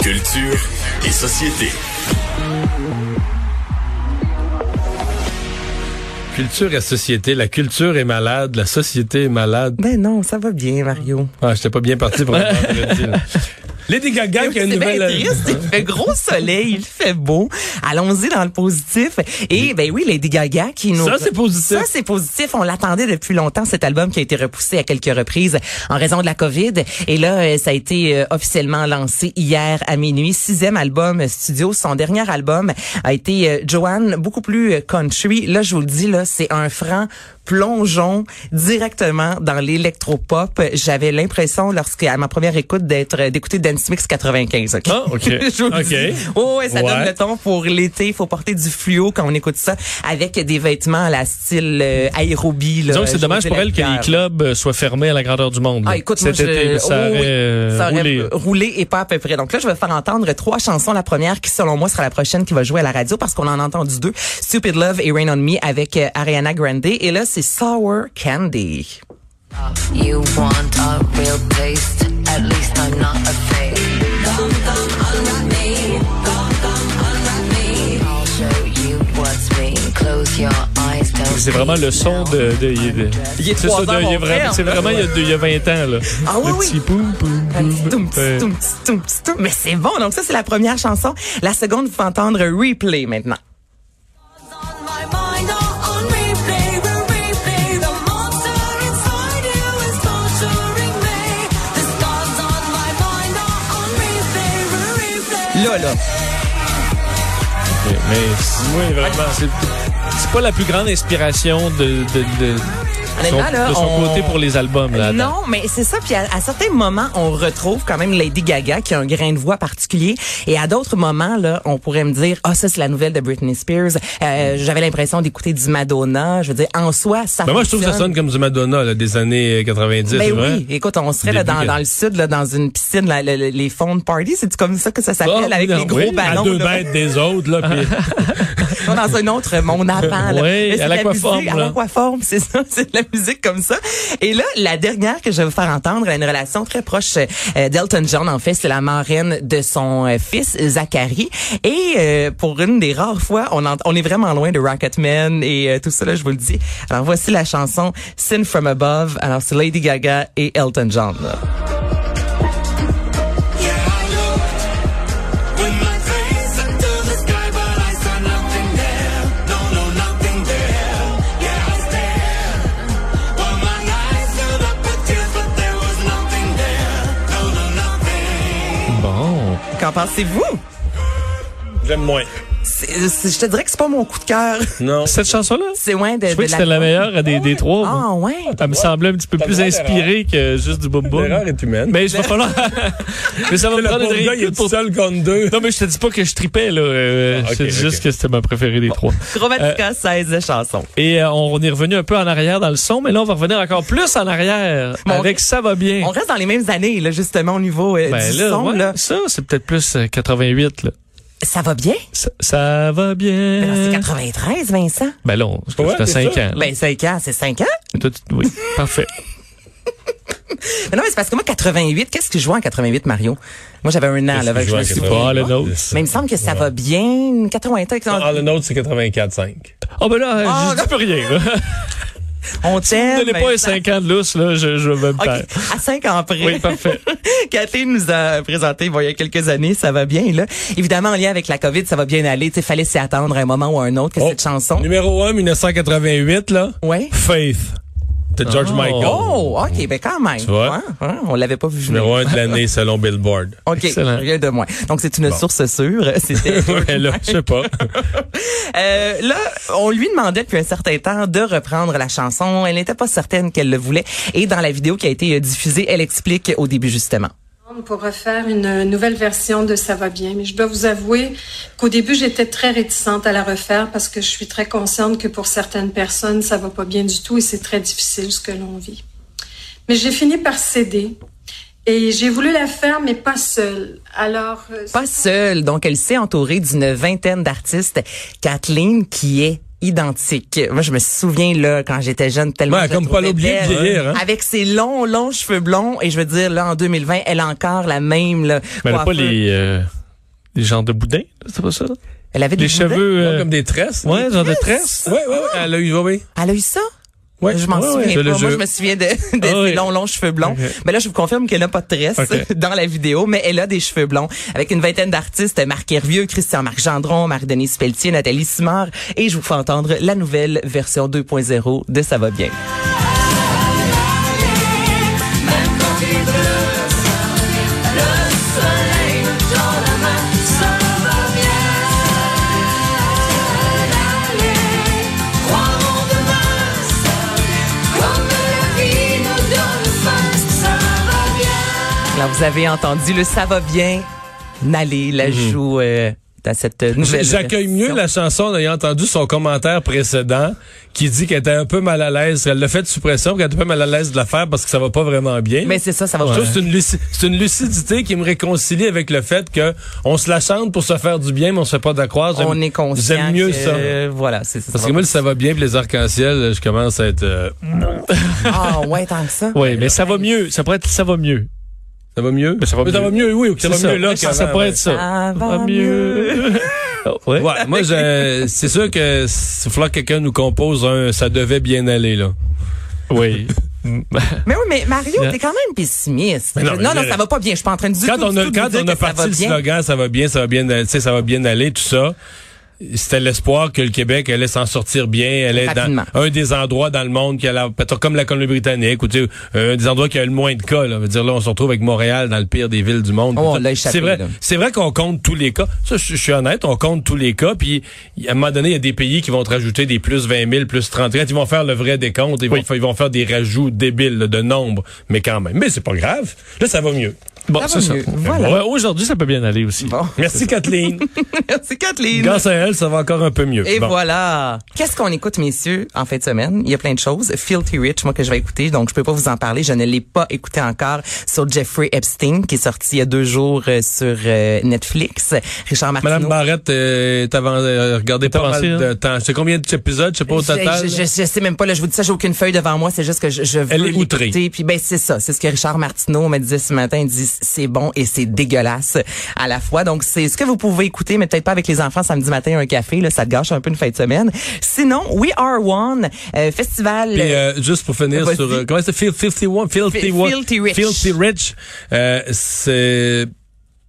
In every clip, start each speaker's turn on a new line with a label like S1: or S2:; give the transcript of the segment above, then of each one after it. S1: Culture et société.
S2: Culture et société. La culture est malade, la société est malade.
S3: Ben non, ça va bien, Mario.
S2: Ah, j'étais pas bien parti pour le vendredi, là. Lady Gaga
S3: Oui,
S2: qui a une
S3: c'est bien
S2: nouvelle... euh,
S3: triste. Il fait gros soleil, il fait beau. Allons-y dans le positif. Et ben oui, Lady Gaga qui nous...
S2: euh, Ça, c'est positif.
S3: Ça, c'est positif. On l'attendait depuis longtemps, cet album qui a été repoussé à quelques reprises en raison de la COVID. Et là, euh, ça a été euh, officiellement lancé hier à minuit. Sixième album euh, studio. Son dernier album a été euh, Joanne, beaucoup plus euh, country. Là, je vous le dis, là, c'est un franc plongeon directement dans l'électropop. J'avais l'impression, lorsque à ma première écoute, d'être euh, d'écouter Dance Mix 95. ok?
S2: Ah, OK.
S3: Je vous le
S2: OK.
S3: dis. Oh, ouais, ça
S2: Ouais.
S3: donne le ton pour l'été. Il faut porter du fluo quand on écoute ça avec des vêtements à la style euh, aérobie. Là,
S2: Disons que c'est
S3: Je
S2: dommage
S3: vous
S2: pour
S3: dis la
S2: elle que les
S3: pierre.
S2: clubs euh, soient fermés à la grandeur du monde.
S3: Ah,
S2: là.
S3: écoute, moi,
S2: Cet
S3: je-
S2: été, ça
S3: oh, oui,
S2: aurait euh,
S3: ça aurait
S2: roulé.
S3: roulé et pas à peu près. Donc là, je vais faire entendre trois chansons. La première qui, selon moi, sera la prochaine qui va jouer à la radio parce qu'on en a entendu deux. Stupid Love et Rain on Me avec euh, Ariana Grande. Et là, c'est Sour Candy.
S4: You want a real taste? At least I'm not a fake. Come, come, unwrap me. Come, come, unwrap me. I'll show you what's me. Close your eyes, don't
S2: C'est vraiment le son de... de, de, de-
S3: Il est
S2: c'est
S3: trois heures,
S2: il est
S3: on
S2: vraiment,
S3: ferme,
S2: c'est
S3: là.
S2: vraiment il y, a, deux- il y a 20 ans. Là.
S3: Ah oui,
S2: le
S3: oui.
S2: petit poum, poum,
S3: Un petit
S2: poum.
S3: toum, petit toum, petit toum, petit toum. Mais c'est bon. Donc ça, c'est la première chanson. La seconde, vous pouvez entendre Replay maintenant.
S4: On my mind, oh, on replay, we'll replay. The monster inside you is torturing me. The scars on my mind, oh, on replay, we'll replay.
S3: Là, là.
S2: Mais c'est- oui, vraiment. C'est, c'est pas la plus grande inspiration de, de, de, son,
S3: Honnêtement, là,
S2: de son
S3: on-
S2: côté pour les albums. Là, là-dedans.
S3: Non, mais c'est ça. Puis à, à certains moments, on retrouve quand même Lady Gaga qui a un grain de voix particulier. Et à d'autres moments, là, on pourrait me dire, ah, ça c'est la nouvelle de Britney Spears. Euh, J'avais l'impression d'écouter du Madonna. Je veux dire, en soi, ça.
S2: Ben moi, je trouve que ça
S3: fonctionne.
S2: sonne comme du Madonna là, des années 90. c'est
S3: Ben
S2: vrai?
S3: oui, écoute, on serait là,
S2: Début
S3: dans,
S2: que-
S3: dans le sud, là, dans une piscine, là, le- le- les fonds de party, c'est comme ça que ça s'appelle,
S2: Ah,
S3: avec
S2: non,
S3: les gros
S2: oui,
S3: ballons.
S2: À deux
S3: là.
S2: mètres des autres, là, puis
S3: On est dans un autre monde à part. là.
S2: Oui,
S3: Là, c'est
S2: à
S3: de
S2: l'aquaforme,
S3: musique, À
S2: là.
S3: l'aquaforme, c'est ça, c'est de la musique comme ça. Et là, la dernière que je vais vous faire entendre, elle a une relation très proche euh, d'Elton John. En fait, c'est la marraine de son euh, fils, Zachary. Et euh, pour une des rares fois, on, en- on est vraiment loin de Rocketman et euh, tout ça, là, je vous le dis. Alors, voici la chanson Sin From Above. Alors, c'est Lady Gaga et Elton John. là.
S5: Yeah, I looked with my face into the sky, but I saw nothing there. No, no, nothing there. Yeah, I stared while my eyes filled up with tears, but there was nothing there. No, no, nothing.
S2: Bon.
S3: Qu'en pensez-vous?
S2: J'aime moins.
S3: C'est- c'est- Je te dirais que c'est pas mon coup de cœur.
S2: Non. Cette chanson-là?
S3: C'est loin de,
S2: Je
S3: de
S2: trouvais que c'était la meilleure à des, des trois. moi.
S3: Ah ouais.
S2: Elle me semblait un petit peu plus
S6: droit
S2: inspirée que juste du boum boum.
S6: L'erreur est humaine.
S2: Mais il va falloir. Mais ça va me
S6: le
S2: prendre
S6: pauvre
S2: une
S6: gars, il est
S2: réécoute
S6: tout
S2: pour
S6: seul contre deux.
S2: Non, mais je te dis pas que je tripais, là. euh,
S6: Ah,
S2: je te
S6: ok,
S2: dis
S6: ok.
S2: juste que c'était ma préférée des trois.
S3: Chromatica 16 chansons.
S2: Et euh, on est revenu un peu en arrière dans le son, mais là, on va revenir encore plus en arrière.
S3: Bon,
S2: avec Ça va bien.
S3: On reste dans les mêmes années, là, justement, au niveau euh,
S2: Ben
S3: du
S2: là,
S3: son.
S2: ouais,
S3: Là.
S2: ça, c'est peut-être plus euh, 88, là.
S3: Ça va bien?
S2: Ça, ça va
S3: Mais non, Ben, C'est
S2: bien.
S3: 93, Vincent.
S2: Ben là, on-
S6: Ouais,
S2: c'est à
S6: c'est
S2: 5
S6: ça. Ben,
S2: ans. là.
S3: Ben, 5 ans, c'est 5 ans?
S2: Toi, tu- oui, parfait.
S3: Mais Ben non, mais c'est parce que moi, 88, qu'est-ce que je jouais en 88, Mario? Moi, j'avais un an, Ah, là, fait que je me suis
S2: à
S3: pas.
S2: pas, le nôtre.
S3: Mais il me semble que ça va bien. 88,
S6: Ah, le nôtre, c'est 84,5.
S2: Oh, ben là,
S3: Ah,
S2: je dis plus rien, là.
S3: on t'aime.
S2: Ne donnez pas un
S3: Vincent.
S2: 5 ans de lousse, là, je, je vais me
S3: OK,
S2: perdre.
S3: à 5 ans près.
S2: Oui, parfait.
S3: Kathleen nous a présenté bon, il y a quelques années, ça va bien là. Évidemment en lien avec la Covid, ça va bien aller, tu sais, fallait s'y attendre à un moment ou à un autre que
S6: Oh,
S3: cette chanson.
S6: Numéro 1, 1988, là.
S3: Ouais.
S6: Faith de George
S2: Oh.
S6: Michael.
S3: Oh, OK, ben quand même.
S6: vois?
S3: Hein, hein, on l'avait pas vu venir.
S6: Numéro 1 de l'année selon Billboard.
S3: OK,
S2: Excellent.
S3: rien de moins. Donc, c'est une source sûre. C'était.
S6: Ouais, là, je sais pas.
S3: Euh, là, on lui demandait depuis un certain temps de reprendre la chanson. Elle n'était pas certaine qu'elle le voulait. Et dans la vidéo qui a été euh, diffusée, elle explique au début, justement.
S7: pour refaire une nouvelle version de Ça va bien. Mais je dois vous avouer qu'au début, j'étais très réticente à la refaire parce que je suis très consciente que pour certaines personnes, ça va pas bien du tout et c'est très difficile ce que l'on vit. Mais j'ai fini par céder et j'ai voulu la faire, mais pas seule. Alors, euh,
S3: Pas seule. Donc, elle s'est entourée d'une vingtaine d'artistes. Kathleen, qui est identique. Moi, je me souviens, là, quand j'étais jeune, tellement.
S6: Ouais,
S3: je
S6: comme
S3: la trouvais
S6: Paul Aubier de
S3: belle.
S6: vieillir, hein.
S3: Avec ses longs, longs cheveux blonds. Et je veux dire, là, en 2020, elle a encore la même, là.
S2: Mais elle a pas
S3: coiffure.
S2: les, euh, les genres de boudin, là, c'est pas ça? là?
S3: Elle avait des
S2: Les
S3: boudins.
S2: cheveux. euh,
S6: Comme des tresses.
S2: ouais, genre de tresses.
S6: Ouais, ouais, ouais. Elle a eu, ouais, ouais.
S3: Elle a eu ça?
S6: Ouais,
S3: Je m'en
S6: ouais, ouais. le-
S3: souviens pas. Moi,
S6: je-
S3: je me souviens de, de
S2: Ah
S3: ses
S2: oui.
S3: longs, longs cheveux blonds.
S2: Ok.
S3: Mais là, je vous confirme qu'elle n'a pas de tresses
S2: Ok.
S3: dans la vidéo, mais elle a des cheveux blonds. Avec une vingtaine d'artistes, Marc Hervieux, Christian-Marc Gendron, Marie-Denise Pelletier, Nathalie Simard. Et je vous fais entendre la nouvelle version 2.0 de Ça va bien. Alors, vous avez entendu le Ça va bien. Nalé la joue euh, dans cette nouvelle
S6: Mhm. J'accueille mieux
S3: version.
S6: la chanson en ayant entendu son commentaire précédent qui dit qu'elle était un peu mal à l'aise. Elle l'a fait de suppression, qu'elle était un peu mal à l'aise de la faire parce que ça va pas vraiment bien.
S3: Mais c'est ça, ça va
S6: Je
S3: bien.
S6: trouve que c'est une, luci- c'est une lucidité qui me réconcilie avec le fait que on se la chante pour se faire du bien, mais on se fait pas d'accroître.
S3: On est conscient.
S6: J'aime mieux
S3: que,
S6: ça.
S3: euh, voilà, c'est ça.
S6: Parce que moi, le ça va bien, puis les arcs-en-ciel, je commence à être. euh,
S3: Ah, ouais, tant que ça.
S2: Oui, mais ça va mieux. Ça pourrait être ça va mieux.
S6: ça va mieux?
S2: Ça va
S6: Mais Ça
S2: mieux.
S6: va mieux, oui. ou que Ça va
S2: C'est
S6: mieux là.
S2: ça,
S6: qu'avant,
S2: ça pourrait
S6: ouais.
S2: être ça.
S3: Ça va
S2: Oh, ouais.
S6: Ouais, moi, je- c'est sûr que s'il falloir que quelqu'un nous compose un, ça devait bien aller, là.
S2: Oui.
S3: Mais oui, mais Mario,
S2: Yeah.
S3: t'es quand même pessimiste.
S6: non,
S3: non,
S6: mais
S3: non,
S6: je-
S3: ça va pas bien. Je suis pas en train de du
S6: quand
S3: tout,
S6: on
S3: du
S6: a,
S3: tout de
S6: quand
S3: vous dire
S6: on a
S3: que ça va
S6: parti le
S3: bien.
S6: slogan, ça va bien, ça va bien, aller, tu sais, ça va bien aller, tout ça. C'était l'espoir que le Québec allait s'en sortir bien. Elle est dans
S3: Rapidement.
S6: un des endroits dans le monde qui a la, peut-être comme la Colombie-Britannique ou tu sais, euh, un des endroits qui a le moins de cas. Là. Je veux dire là, on se retrouve avec Montréal dans le pire des villes du monde.
S3: Oh, on
S6: Tout ça.
S3: l'a échappé,
S6: c'est vrai,
S3: là.
S6: c'est vrai qu'on compte tous les cas. Ça, je, je suis honnête, on compte tous les cas. Puis à un moment donné, il y a des pays qui vont te rajouter des plus 20 000, plus 30 000. Ils vont faire le vrai décompte. Ils, vont,
S2: Oui.
S6: faire- ils vont faire des rajouts débiles là, de nombres, mais quand même. Mais c'est pas grave. Là, ça va mieux.
S2: Bon,
S3: Ça va
S2: c'est ça.
S3: mieux. Voilà.
S2: Ouais, Aujourd'hui, ça peut bien aller aussi.
S3: Bon.
S6: Merci Kathleen.
S3: Merci, Kathleen.
S6: Grâce à elle, ça va encore un peu mieux.
S3: Et
S6: Bon.
S3: voilà. Qu'est-ce qu'on écoute, messieurs, en fin de semaine? Il y a plein de choses. Filthy Rich, moi, que je vais écouter. Donc, je peux pas vous en parler. Je ne l'ai pas écouté encore sur Jeffrey Epstein, qui est sorti il y a deux jours euh, sur euh, Netflix. Richard Martineau.
S6: Madame Barrette, euh, t'as avan- euh, regardé pas
S2: avancée,
S6: mal de temps. C'est combien d'épisodes, je sais pas, au
S3: Je,
S6: total?
S3: je, je- je sais même pas, là, je vous dis ça, j'ai aucune feuille devant moi, c'est juste que je, je veux
S6: Elle est outrée.
S3: l'écouter, Puis ben c'est ça, c'est ce que Richard Martineau me disait ce matin, il dit c'est bon et c'est dégueulasse à la fois. Donc c'est ce que vous pouvez écouter, mais peut-être pas avec les enfants samedi matin un café, là, ça te gâche un peu une fin de semaine. Sinon, We Are One, euh, festival.
S6: Puis, euh, juste pour finir
S3: Vas-y.
S6: sur... euh, comment c'est? Fil- 51? Filthy,
S3: Fi-
S6: One-
S3: Filthy Rich.
S6: Filthy Rich. Euh, c'est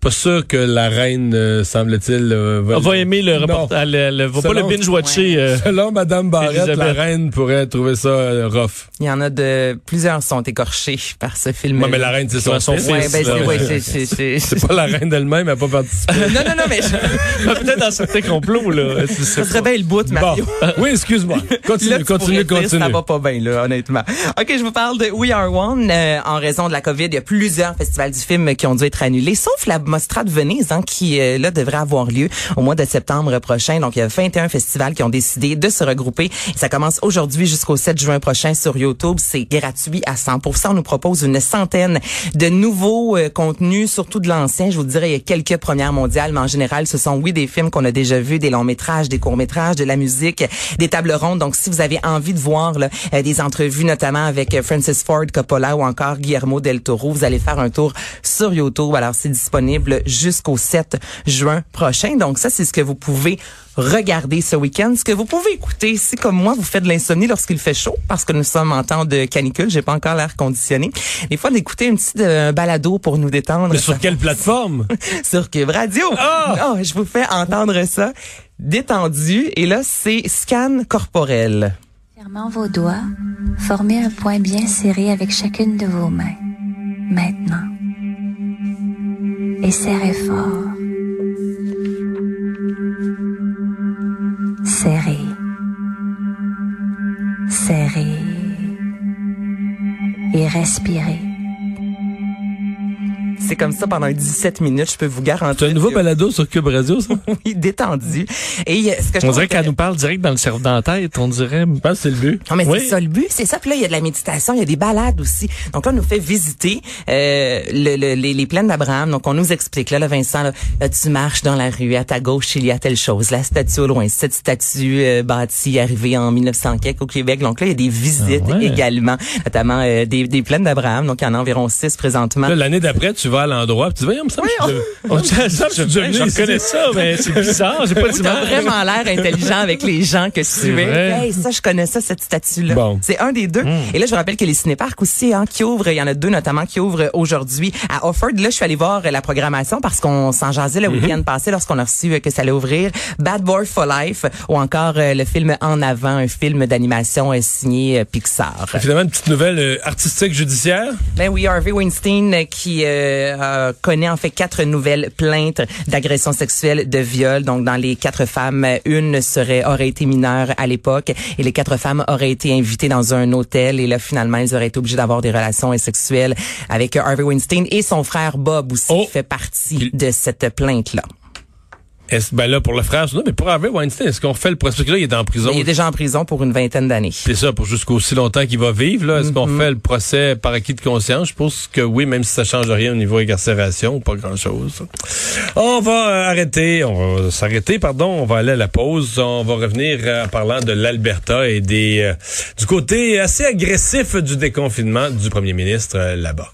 S6: pas sûr que la reine, euh, semble-t-il, euh,
S2: On va aimer le
S6: Non.
S2: reportage. Elle, elle va pas le
S6: Selon-
S2: binge-watcher. euh,
S6: Selon Madame Barrette, la
S2: Elisabeth.
S6: reine pourrait trouver ça euh, rough.
S3: Il y en a de plusieurs sont écorchés par ce film.
S6: Non, mais la reine, c'est son, son fils.
S3: Ouais, ben,
S6: là.
S3: c'est, ouais, c'est, c'est, c'est-
S6: C'est pas la reine d'elle-même, elle a pas participé.
S3: Non, non, non, mais je-
S2: Peut-être dans certains complots, là. Tu sais
S3: ça serait
S2: pas.
S3: bien le bout,
S6: Bon.
S3: Mario.
S6: Oui, excuse-moi. Continue,
S3: Là, tu
S6: continue,
S3: pourrais dire,
S6: continue.
S3: ça va pas bien, là, honnêtement. OK, je vous parle de We Are One. Euh, en raison de la COVID, il y a plusieurs festivals du film qui ont dû être annulés, sauf la Mostra de Venise, hein, qui, euh, là, devrait avoir lieu au mois de septembre prochain. Donc, il y a 21 festivals qui ont décidé de se regrouper. Et ça commence aujourd'hui jusqu'au 7 juin prochain sur YouTube. C'est gratuit à 100 On nous propose une centaine de nouveaux euh, contenus, surtout de l'ancien. Je vous dirais, il y a quelques premières mondiales, mais en général, ce sont, oui, des films qu'on a déjà vus, des longs métrages, des courts métrages, de la musique, des tables rondes. Donc, si vous avez envie de voir là, euh, des entrevues, notamment avec euh, Francis Ford Coppola ou encore Guillermo del Toro, vous allez faire un tour sur YouTube. Alors, c'est disponible jusqu'au 7 juin prochain. Donc, ça, c'est ce que vous pouvez regarder ce week-end. Ce que vous pouvez écouter, si comme moi, vous faites de l'insomnie lorsqu'il fait chaud, parce que nous sommes en temps de canicule, j'ai pas encore l'air conditionné. Des fois, d'écouter un petit euh, balado pour nous détendre
S6: Mais sur quelle plateforme?
S3: sur Cube Radio.
S6: Ah!
S3: Non, je vous fais entendre ça détendu. Et là, c'est scan corporel.
S8: Fermant vos doigts, formez un point bien serré avec chacune de vos mains. Maintenant. Et serrez fort. Serrez. Serrez. Et respirez.
S3: laisser comme ça pendant 17 minutes, je peux vous garantir.
S6: C'est un nouveau
S3: que-
S6: balado sur Cube Radio, ça? Je
S3: Oui, détendu. Et euh, ce que je
S2: On
S3: trouve
S2: dirait qu'elle
S3: intéressant-
S2: nous parle direct dans le cerveau dans la tête. On dirait.
S6: pense que c'est le but.
S3: Non, mais
S6: Oui.
S3: c'est ça le but, c'est ça. Puis là, il y a de la méditation, il y a des balades aussi. Donc là, on nous fait visiter euh, le- le- les, les plaines d'Abraham. Donc on nous explique, là, là Vincent, là, là, tu marches dans la rue, à ta gauche, il y a telle chose. La statue au loin, cette statue euh, bâtie, arrivée en 1900 quelque au Québec. Donc là, il y a des visites
S2: Ah ouais.
S3: également, notamment euh, des, des plaines d'Abraham. Donc il y en a environ six présentement.
S6: Là, L'année d'après, tu vas à l'endroit, puis tu dis, voyons, il me semble que je devais- il me semble que je devais- je reconnais ça, mais c'est bizarre, j'ai pas
S3: Oui, T'as
S6: d'image.
S3: vraiment l'air intelligent avec les gens que tu es.
S6: vrai.
S3: Hey, ça, je connais ça, cette statue-là.
S6: Bon. Hmm.
S3: C'est un des deux. Et là, je rappelle que les cinéparcs aussi, hein, qui ouvrent, il y en a deux notamment qui ouvrent aujourd'hui à Offord. Là, je suis allée voir euh, la programmation parce qu'on s'en jasait
S6: Mhm.
S3: le week-end passé lorsqu'on a reçu euh, que ça allait ouvrir. Bad Boy for Life ou encore euh, le film En avant, un film d'animation euh, signé euh, Pixar.
S6: Finalement, une petite nouvelle euh, artistique judiciaire.
S3: Ben oui, Harvey Weinstein euh, qui euh, euh, connaît en fait quatre nouvelles plaintes d'agression sexuelle, de viol. Donc dans les quatre femmes, euh, une serait aurait été mineure à l'époque et les quatre femmes auraient été invitées dans un hôtel et là finalement elles auraient été obligées d'avoir des relations sexuelles avec euh, Harvey Weinstein et son frère Bob aussi
S6: Oh!
S3: qui fait partie
S6: Il- Oh!
S3: de cette plainte là.
S6: Est-ce, ben là, pour le frère, c'est- non, mais pour Harvey Weinstein, est-ce qu'on fait le procès? Parce que là, il est en prison.
S3: Il est déjà en prison pour une vingtaine d'années.
S6: C'est ça, pour jusqu'aussi longtemps qu'il va vivre, là. Est-ce qu'on fait le procès par acquis de conscience? Je pense que oui, même si ça change rien au niveau incarcération, pas grand chose. On va euh, arrêter, on va s'arrêter, pardon, on va aller à la pause. On va revenir euh, en parlant de l'Alberta et des, euh, du côté assez agressif du déconfinement du premier ministre euh, là-bas.